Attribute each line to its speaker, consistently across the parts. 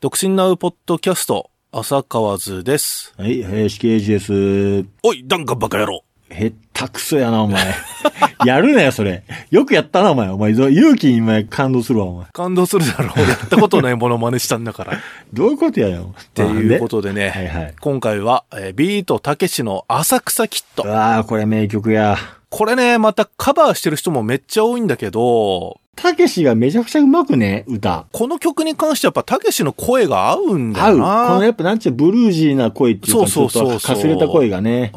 Speaker 1: 独身ナウポッドキャスト、浅川図です。
Speaker 2: はい、林啓二です。
Speaker 1: おい、ダンカバカ野郎
Speaker 2: へったくそやな、お前。 やるなよ、それ。よくやったな、お前。お前、勇気に今感動するわ、お前。
Speaker 1: 感動するだろ う。やったことないもの真似したんだから。っ
Speaker 2: どういうことやよ。って
Speaker 1: いうことでね、
Speaker 2: はいはい
Speaker 1: 今回は、えービートたけしの浅草キット。
Speaker 2: ああ、これ名曲や。
Speaker 1: これね、またカバーしてる人もめっちゃ多いんだけど、
Speaker 2: たけしがめちゃくちゃうまくね、歌。
Speaker 1: この曲に関してやっぱたけしの声が合うんだ
Speaker 2: 合
Speaker 1: よ
Speaker 2: う。こ
Speaker 1: な。
Speaker 2: のやっぱなんちゅうブルージーな声っていうか、ち
Speaker 1: そ
Speaker 2: ょ
Speaker 1: う
Speaker 2: っ
Speaker 1: そうそうそう
Speaker 2: とかすれた声がね。
Speaker 1: う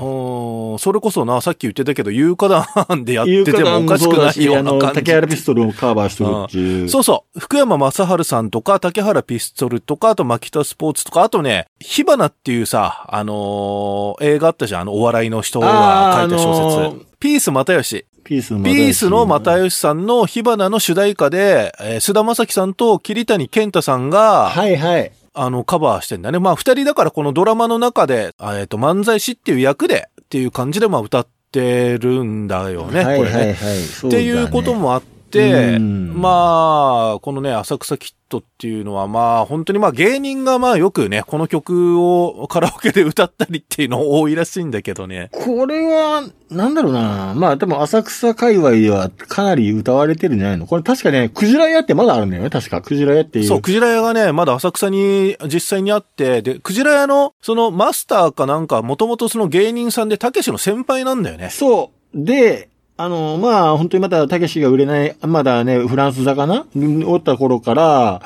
Speaker 1: ん、それこそな、さっき言ってたけど、有価団でやっ
Speaker 2: 言
Speaker 1: ててもおかしくないような感
Speaker 2: 竹
Speaker 1: じ。
Speaker 2: 原ピストルをカバーしとるっていう。
Speaker 1: そうそう。福山雅治さんとか、竹原ピストルとか、あと、牧田スポーツとか、あとね、火花っていうさ、あのー映画あったじゃん。あの、お笑いの人が書いた小説。
Speaker 2: あーあのー
Speaker 1: ピース又吉。
Speaker 2: ピースの
Speaker 1: ピースの又
Speaker 2: よ
Speaker 1: 吉さんの火花の主題歌で、えー菅田将暉さんと桐谷健太さんが、
Speaker 2: はいはい。
Speaker 1: あの、カバーしてんだね。まあ、二人だからこのドラマの中で、あえっ、と、漫才師っていう役でっていう感じで、まあ、歌ってるんだよね、
Speaker 2: はい
Speaker 1: これ
Speaker 2: は
Speaker 1: ね
Speaker 2: い。はい。そ
Speaker 1: っ
Speaker 2: うだ
Speaker 1: て
Speaker 2: ね
Speaker 1: いうこと。もあって、
Speaker 2: うん
Speaker 1: まあ、このね、浅草キットっていうのは、まあ、本当にまあ、芸人がまあ、よくね、この曲をカラオケで歌ったりっていうの多いらしいんだけどね。
Speaker 2: これは、なんだろうな。まあ、多分浅草界隈ではかなり歌われてるんじゃないのこれ確かね、クジラ屋ってまだあるんだよね、確か。クジラ屋っていう。
Speaker 1: そう、クジラ屋がね、まだ浅草に実際にあって、で、クジラ屋の、そのマスターかなんか、もともとその芸人さんで、たけしの先輩なんだよね。
Speaker 2: そう。で、あの、まあ、本当にまた、たけしが売れない、まだね、フランス座かなにおった頃から、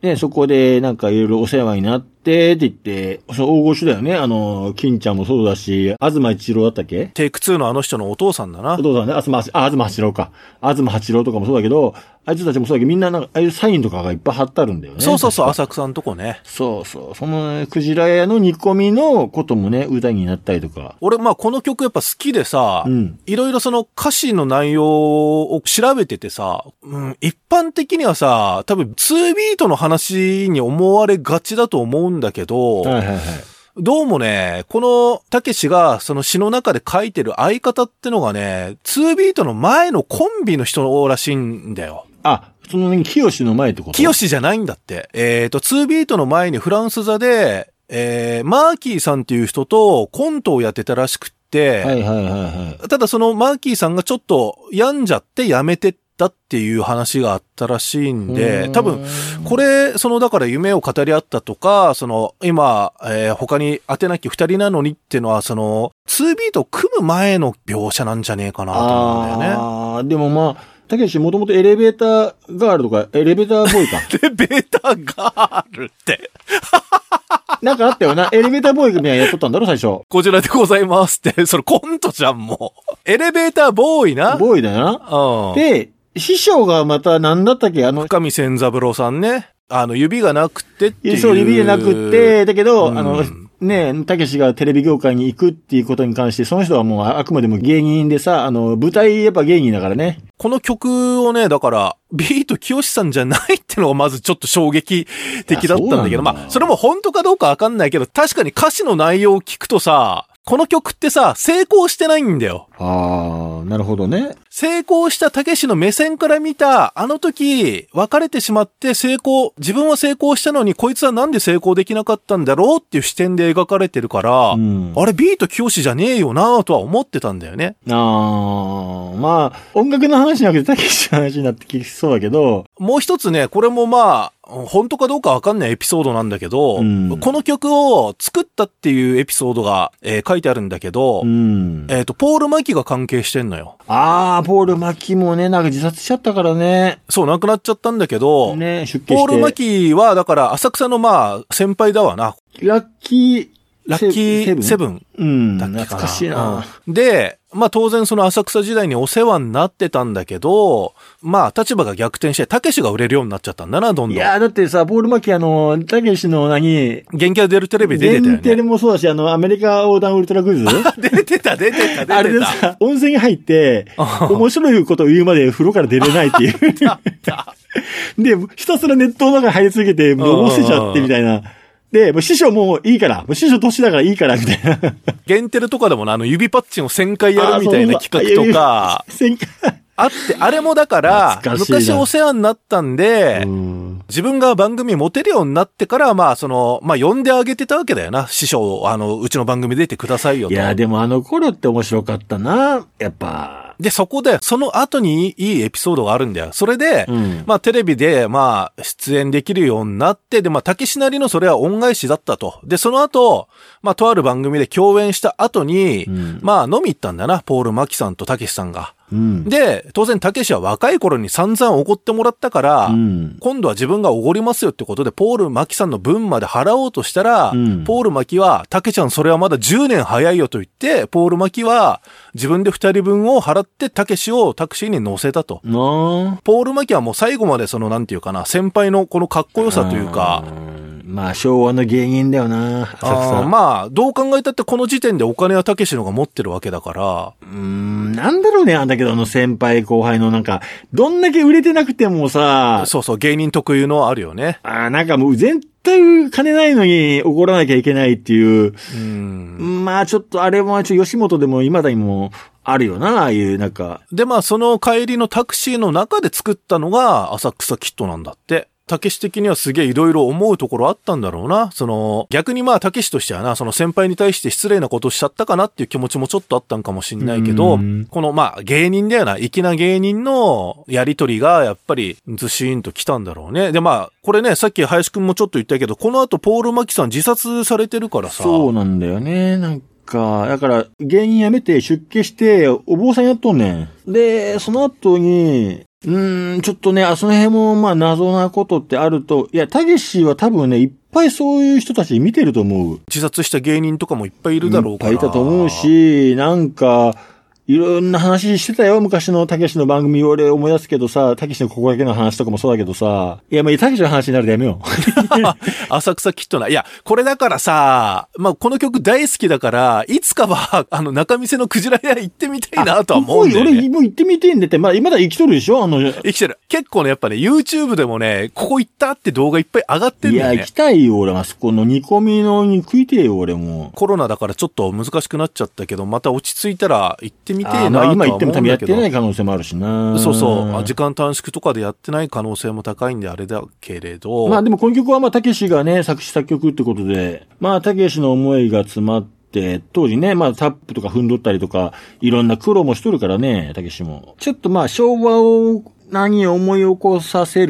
Speaker 2: ね、そこで、なんかいろいろお世話になって、って言って、その大御所だよね。あの、金ちゃんもそうだし、東一郎だったっけ
Speaker 1: テイク2のあの人のお父さんだな
Speaker 2: お。父さんね、あずま、あ、あずま八郎か。あずま八郎とかもそうだけど、あいつたちもそうだけど、みんななんか、ああいうサインとかがいっぱい貼ってあるんだよね。
Speaker 1: そうそうそう、
Speaker 2: 確か
Speaker 1: 浅草のとこね。
Speaker 2: そうそう。その、クジラ屋の煮込みのこともね、歌になったりとか。
Speaker 1: 俺、まあ、この曲やっぱ好きでさ、
Speaker 2: うん。
Speaker 1: いろいろその歌詞の内容を調べててさ、うん、一般的にはさ、多分2ビートの話に思われがちだと思うんだけど、
Speaker 2: はいはいはい。
Speaker 1: どうもね、このたけしがその詩の中で書いてる相方ってのがね、2ビートの前のコンビの人らしいんだよ。
Speaker 2: あ、その、清の前ってこと
Speaker 1: 清じゃないんだって。えっ、と、2ビートの前にフランス座で、えー、マーキーさんっていう人とコントをやってたらしくって、
Speaker 2: はいはいはいはい。
Speaker 1: ただそのマーキーさんがちょっと病んじゃって辞めてったっていう話があったらしいんで、多分、、こ
Speaker 2: れ、
Speaker 1: れ、そのだから夢を語り合ったとか、その今、えー他に当てなき二人なのにってのは、その2ビートを組む前の描写なんじゃねえかなと思うんだよね。
Speaker 2: あーでもまあ、たけしもともとエレベーターガールとか、エレベーターボー イか。
Speaker 1: で、ベータガールって、
Speaker 2: なんかあったよな。エレベーターボーイみたいなのやっとったんだろ、最初。
Speaker 1: こちらでございますって、それコントじゃん、もう。エレベーターボーイな。
Speaker 2: ボーイだよ
Speaker 1: う
Speaker 2: な。
Speaker 1: ん。
Speaker 2: で、師匠がまた何だったっけあの、
Speaker 1: 深見千三郎さんね。あの、指がなくてっていう。
Speaker 2: そう、指でなくっ、て、だけど、
Speaker 1: うん
Speaker 2: あの、ね、たけしがテレビ業界に行くっていうことに関して、その人はもうああくまでも芸人でさ、あの、舞台やっぱ芸人だからね。
Speaker 1: この曲をね、だから、ビート清さんじゃないってのがまずちょっと衝撃的だったんだけ
Speaker 2: いやそ
Speaker 1: ど、
Speaker 2: うなんだ
Speaker 1: まあ、それも本当かどうかわかんないけど、確かに歌詞の内容を聞くとさ、この曲ってさ、成功してないんだよ。
Speaker 2: ああ、なるほどね。
Speaker 1: 成功したたけしの目線から見た、あの時、別れてしまって成功、自分は成功したのに、こいつはなんで成功できなかったんだろうっていう視点で描かれてるから、
Speaker 2: うん。
Speaker 1: あれ、ビート清じゃねえよなぁとは思ってたんだよね。
Speaker 2: ああ、まあ、音楽の話じゃなくて、たけしの話になってきそうだけど、
Speaker 1: もう一つね、これもまあ、本当かどうかわかんないエピソードなんだけど、
Speaker 2: うん
Speaker 1: この曲を作ったっていうエピソードが、えー書いてあるんだけど、
Speaker 2: うん。
Speaker 1: えっ、と、ポール・マキが関係してんのよ。
Speaker 2: ああ、ポール・マキもね、なんか自殺しちゃったからね。
Speaker 1: そう、亡くなっちゃったんだけど、
Speaker 2: ね、出家して。
Speaker 1: ポール・マキは、だから、浅草のまあ、先輩だわな。
Speaker 2: ラッキー、
Speaker 1: ラッキーセブン
Speaker 2: うん、
Speaker 1: だっけかな。
Speaker 2: 懐かしいな。
Speaker 1: うんで、まあ当然その浅草時代にお世話になってたんだけど、まあ立場が逆転して、たけしが売れるようになっちゃったんだな、どん
Speaker 2: い
Speaker 1: どん。
Speaker 2: やーだってさ、ポール・マキあの、たけしの何、
Speaker 1: 元気が出るテレビ出てたよ
Speaker 2: 電テレ
Speaker 1: ね。
Speaker 2: もそうだし、あの、アメリカ横断ウルトラクイズ
Speaker 1: 出てた、出てた、出てた。
Speaker 2: あれでさ、温泉に入って、面白いことを言うまで風呂から出れないっ ていう。で、ひたすら熱湯の中に入り続けて、のぼせちゃってみたいな。で、もう師匠もういいから、もう師匠年だからいいから、みたいな。
Speaker 1: ゲンテルとかでもね、あの、指パッチンを1000回やるみたいな企画とか、
Speaker 2: あそうそう。
Speaker 1: あって、あれもだから、
Speaker 2: 懐かしいな
Speaker 1: 昔お世話になったんで、
Speaker 2: うん
Speaker 1: 自分が番組持てるようになってから、まあ、その、まあ、呼んであげてたわけだよな。師匠を、あの、うちの番組出てくださいよ
Speaker 2: い
Speaker 1: と。
Speaker 2: や、でもあの頃って面白かったな。やっぱ。
Speaker 1: で、そこで、その後にいいエピソードがあるんだよ。それで、
Speaker 2: うん。
Speaker 1: まあ、テレビで、まあ、出演できるようになって、で、まあ、竹しなりのそれは恩返しだったと。で、その後、まあ、とある番組で共演した後に、
Speaker 2: うん
Speaker 1: まあ、飲み行ったんだな、ポール・マキさんと竹しさんが。
Speaker 2: うん。
Speaker 1: で、当然竹しは若い頃に散々怒ってもらったから、
Speaker 2: うん。
Speaker 1: 今度は自分がおごりますよってことで、ポール・マキさんの分まで払おうとしたら、
Speaker 2: うん
Speaker 1: ポール・マキは、タケちゃんそれはまだ10年早いよと言って、ポール・マキは自分で2人分を払ってタケシをタクシーに乗せたと。
Speaker 2: の
Speaker 1: ポール・マキはもう最後までその、なんていうかな、先輩のこのかっこよさというか、
Speaker 2: うん。まあ昭和の芸人だよな。浅
Speaker 1: あー
Speaker 2: 草。
Speaker 1: まあ、どう考えたってこの時点でお金はタケシの方が持ってるわけだから、
Speaker 2: うん。なんだろうね。あんだけど、あの先輩後輩のなんか、どんだけ売れてなくてもさ、
Speaker 1: そうそう、芸人特有のはあるよね。
Speaker 2: あーなんかもう全体金ないのに怒らなきゃいけないっていう。
Speaker 1: うん。
Speaker 2: まあちょっとあれも、ちょ吉本でも今だにもあるよな。ああいうなんか。
Speaker 1: で、まあ、その帰りのタクシーの中で作ったのが浅草キットなんだって。たけし的にはすげえいろいろ思うところあったんだろうな。その、逆にまあ、たけしとしてはな、その先輩に対して失礼なことしちゃったかなっていう気持ちもちょっとあったんかもしんないけ
Speaker 2: う
Speaker 1: ど
Speaker 2: ん、
Speaker 1: このまあ、芸人だよな、粋な芸人のやりとりがやっぱりずしーんと来たんだろうね。でまあ、これね、さっき林くんもちょっと言ったけど、この後ポール・マキさん自殺されてるからさ。
Speaker 2: そうなんだよね。なんか、だから、芸人辞めて出家して、お坊さんやっとんねん。で、その後に、うーん、ちょっとね、あその辺も、まあ、謎なことってあると、いや、たけしは多分ね、いっぱいそういう人たち見てると思う。
Speaker 1: 自殺した芸人とかもいっぱいいるだろうから。
Speaker 2: いっぱいいたと思う。し、なんか、いろんな話してたよ。昔のたけしの番組を俺思い出すけどさ、たけしのここだけの話とかもそうだけどさ。いや、まあ、たけしの話になるでやめよ
Speaker 1: 浅草キットな。いや、これだからさ、まあ、この曲大好きだから、いつかは、 あの、中店のクジラ屋行ってみたいなとは思うんだよ
Speaker 2: もう俺、
Speaker 1: ね。
Speaker 2: もう行ってみてんでって、まあ、今だ生きとるでしょあの、
Speaker 1: 生きてる。結構ね、やっぱね、YouTube でもね、ここ行ったって動画いっぱい上がってん
Speaker 2: い
Speaker 1: だ
Speaker 2: や、
Speaker 1: よ
Speaker 2: 行
Speaker 1: ね
Speaker 2: き。たいよ、俺は。あそこの煮込みのに食いてえよ、俺も。
Speaker 1: コロナだからちょっと難しくなっちゃったけど、また落ち着いたら行ってみてえなと
Speaker 2: あーま
Speaker 1: は
Speaker 2: あ
Speaker 1: 思うんだ
Speaker 2: 今
Speaker 1: け
Speaker 2: 行
Speaker 1: ど。
Speaker 2: っても多分やってない可能性もあるしな。
Speaker 1: そうそう。あ時間短縮とかでやってない可能性も高いんであれだけれど。
Speaker 2: まあでもこの曲はまあ、たけしがね、作詞作曲ってことで、まあ、たけしの思いが詰まって、当時ね、まあ、タップとか踏んどったりとか、いろんな苦労もしとるからね、たけしも。ちょっとまあ、昭和を、何を思い起こさせ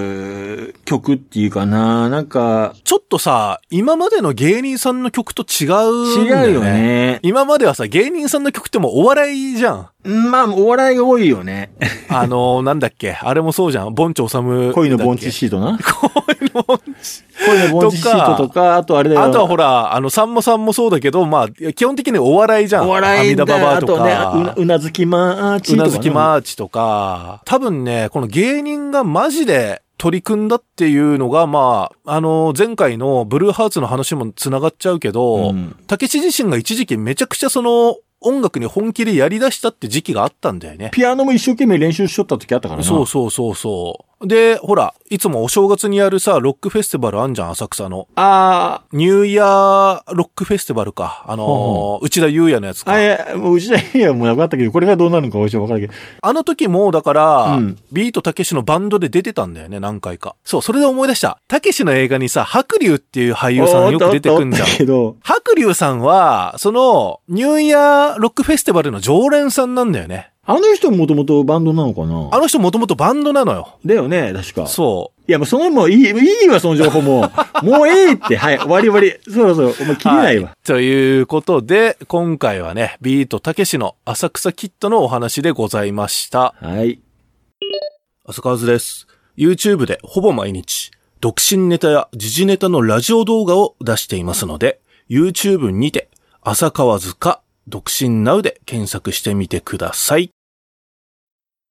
Speaker 2: る曲っていうかな。なんか、
Speaker 1: ちょっとさ、今までの芸人さんの曲と違うんだよね。
Speaker 2: 違うよね。
Speaker 1: 今まではさ、芸人さんの曲ってもうお笑いじゃん。
Speaker 2: まあ、お笑いが多いよね。
Speaker 1: あ のー、なんだっけあれもそうじゃん。ボンチョウサム。
Speaker 2: 恋の盆地
Speaker 1: シ
Speaker 2: シートな。
Speaker 1: 恋の盆地。
Speaker 2: 恋の盆地シートとか、あとあれだよ。
Speaker 1: あとはほら、あの、さんまさんもそうだけど、まあ、基本的にお笑いじゃん。
Speaker 2: お笑い
Speaker 1: 阿弥陀
Speaker 2: だ
Speaker 1: バ
Speaker 2: よ
Speaker 1: バア
Speaker 2: あ
Speaker 1: と
Speaker 2: とね、う
Speaker 1: か
Speaker 2: な。うなずきマーチ
Speaker 1: う
Speaker 2: とか、
Speaker 1: な
Speaker 2: ね。
Speaker 1: ずきマーチとか。多分ね、この芸人がマジで取り組んだっていうのが、まあ、あのー、前回のブルーハーツの話も繋がっちゃうけど、
Speaker 2: うん
Speaker 1: たけし自身が一時期めちゃくちゃその、音楽に本気でやり出したって時期があったんだよね。
Speaker 2: ピアノも一生懸命練習しとった時あったからな。
Speaker 1: そうそうそうそう。で、ほら、いつもお正月にやるさ、ロックフェスティバルあんじゃん、浅草の。
Speaker 2: あ
Speaker 1: ニューイヤーロックフェスティバルか。あのー
Speaker 2: ほ
Speaker 1: 内田優也のやつ
Speaker 2: あ、あ、
Speaker 1: か。
Speaker 2: いや、もううちの家はもうなくなったけど、これがどうなるのかちょっとわからんけど。
Speaker 1: あの時も、だから、
Speaker 2: うん
Speaker 1: ビートたけしのバンドで出てたんだよね、何回か。そう、それで思い出した。たけしの映画にさ、白龍っていう俳優さんよく出てくんじゃん
Speaker 2: おっとおっとおっと。けど、
Speaker 1: 白龍さんは、その、ニューイヤーロックフェスティバルの常連さんなんだよね。
Speaker 2: あの人ももともとバンドなのかな
Speaker 1: あの人もともとバンドなのよ。
Speaker 2: だよね、確か。
Speaker 1: そう。
Speaker 2: いや、もうそのもういい、いいわ、その情 報もう。もうええって、はい、終わり終わり。そうそう、お前切れないわ。
Speaker 1: はということで、今回はね、ビートたけしの浅草キットのお話でございました。
Speaker 2: はい。
Speaker 1: 浅川図です。YouTube でほぼ毎日、独身ネタや時事ネタのラジオ動画を出していますので、YouTube にて、浅川図か、独身ナウで検索してみてください。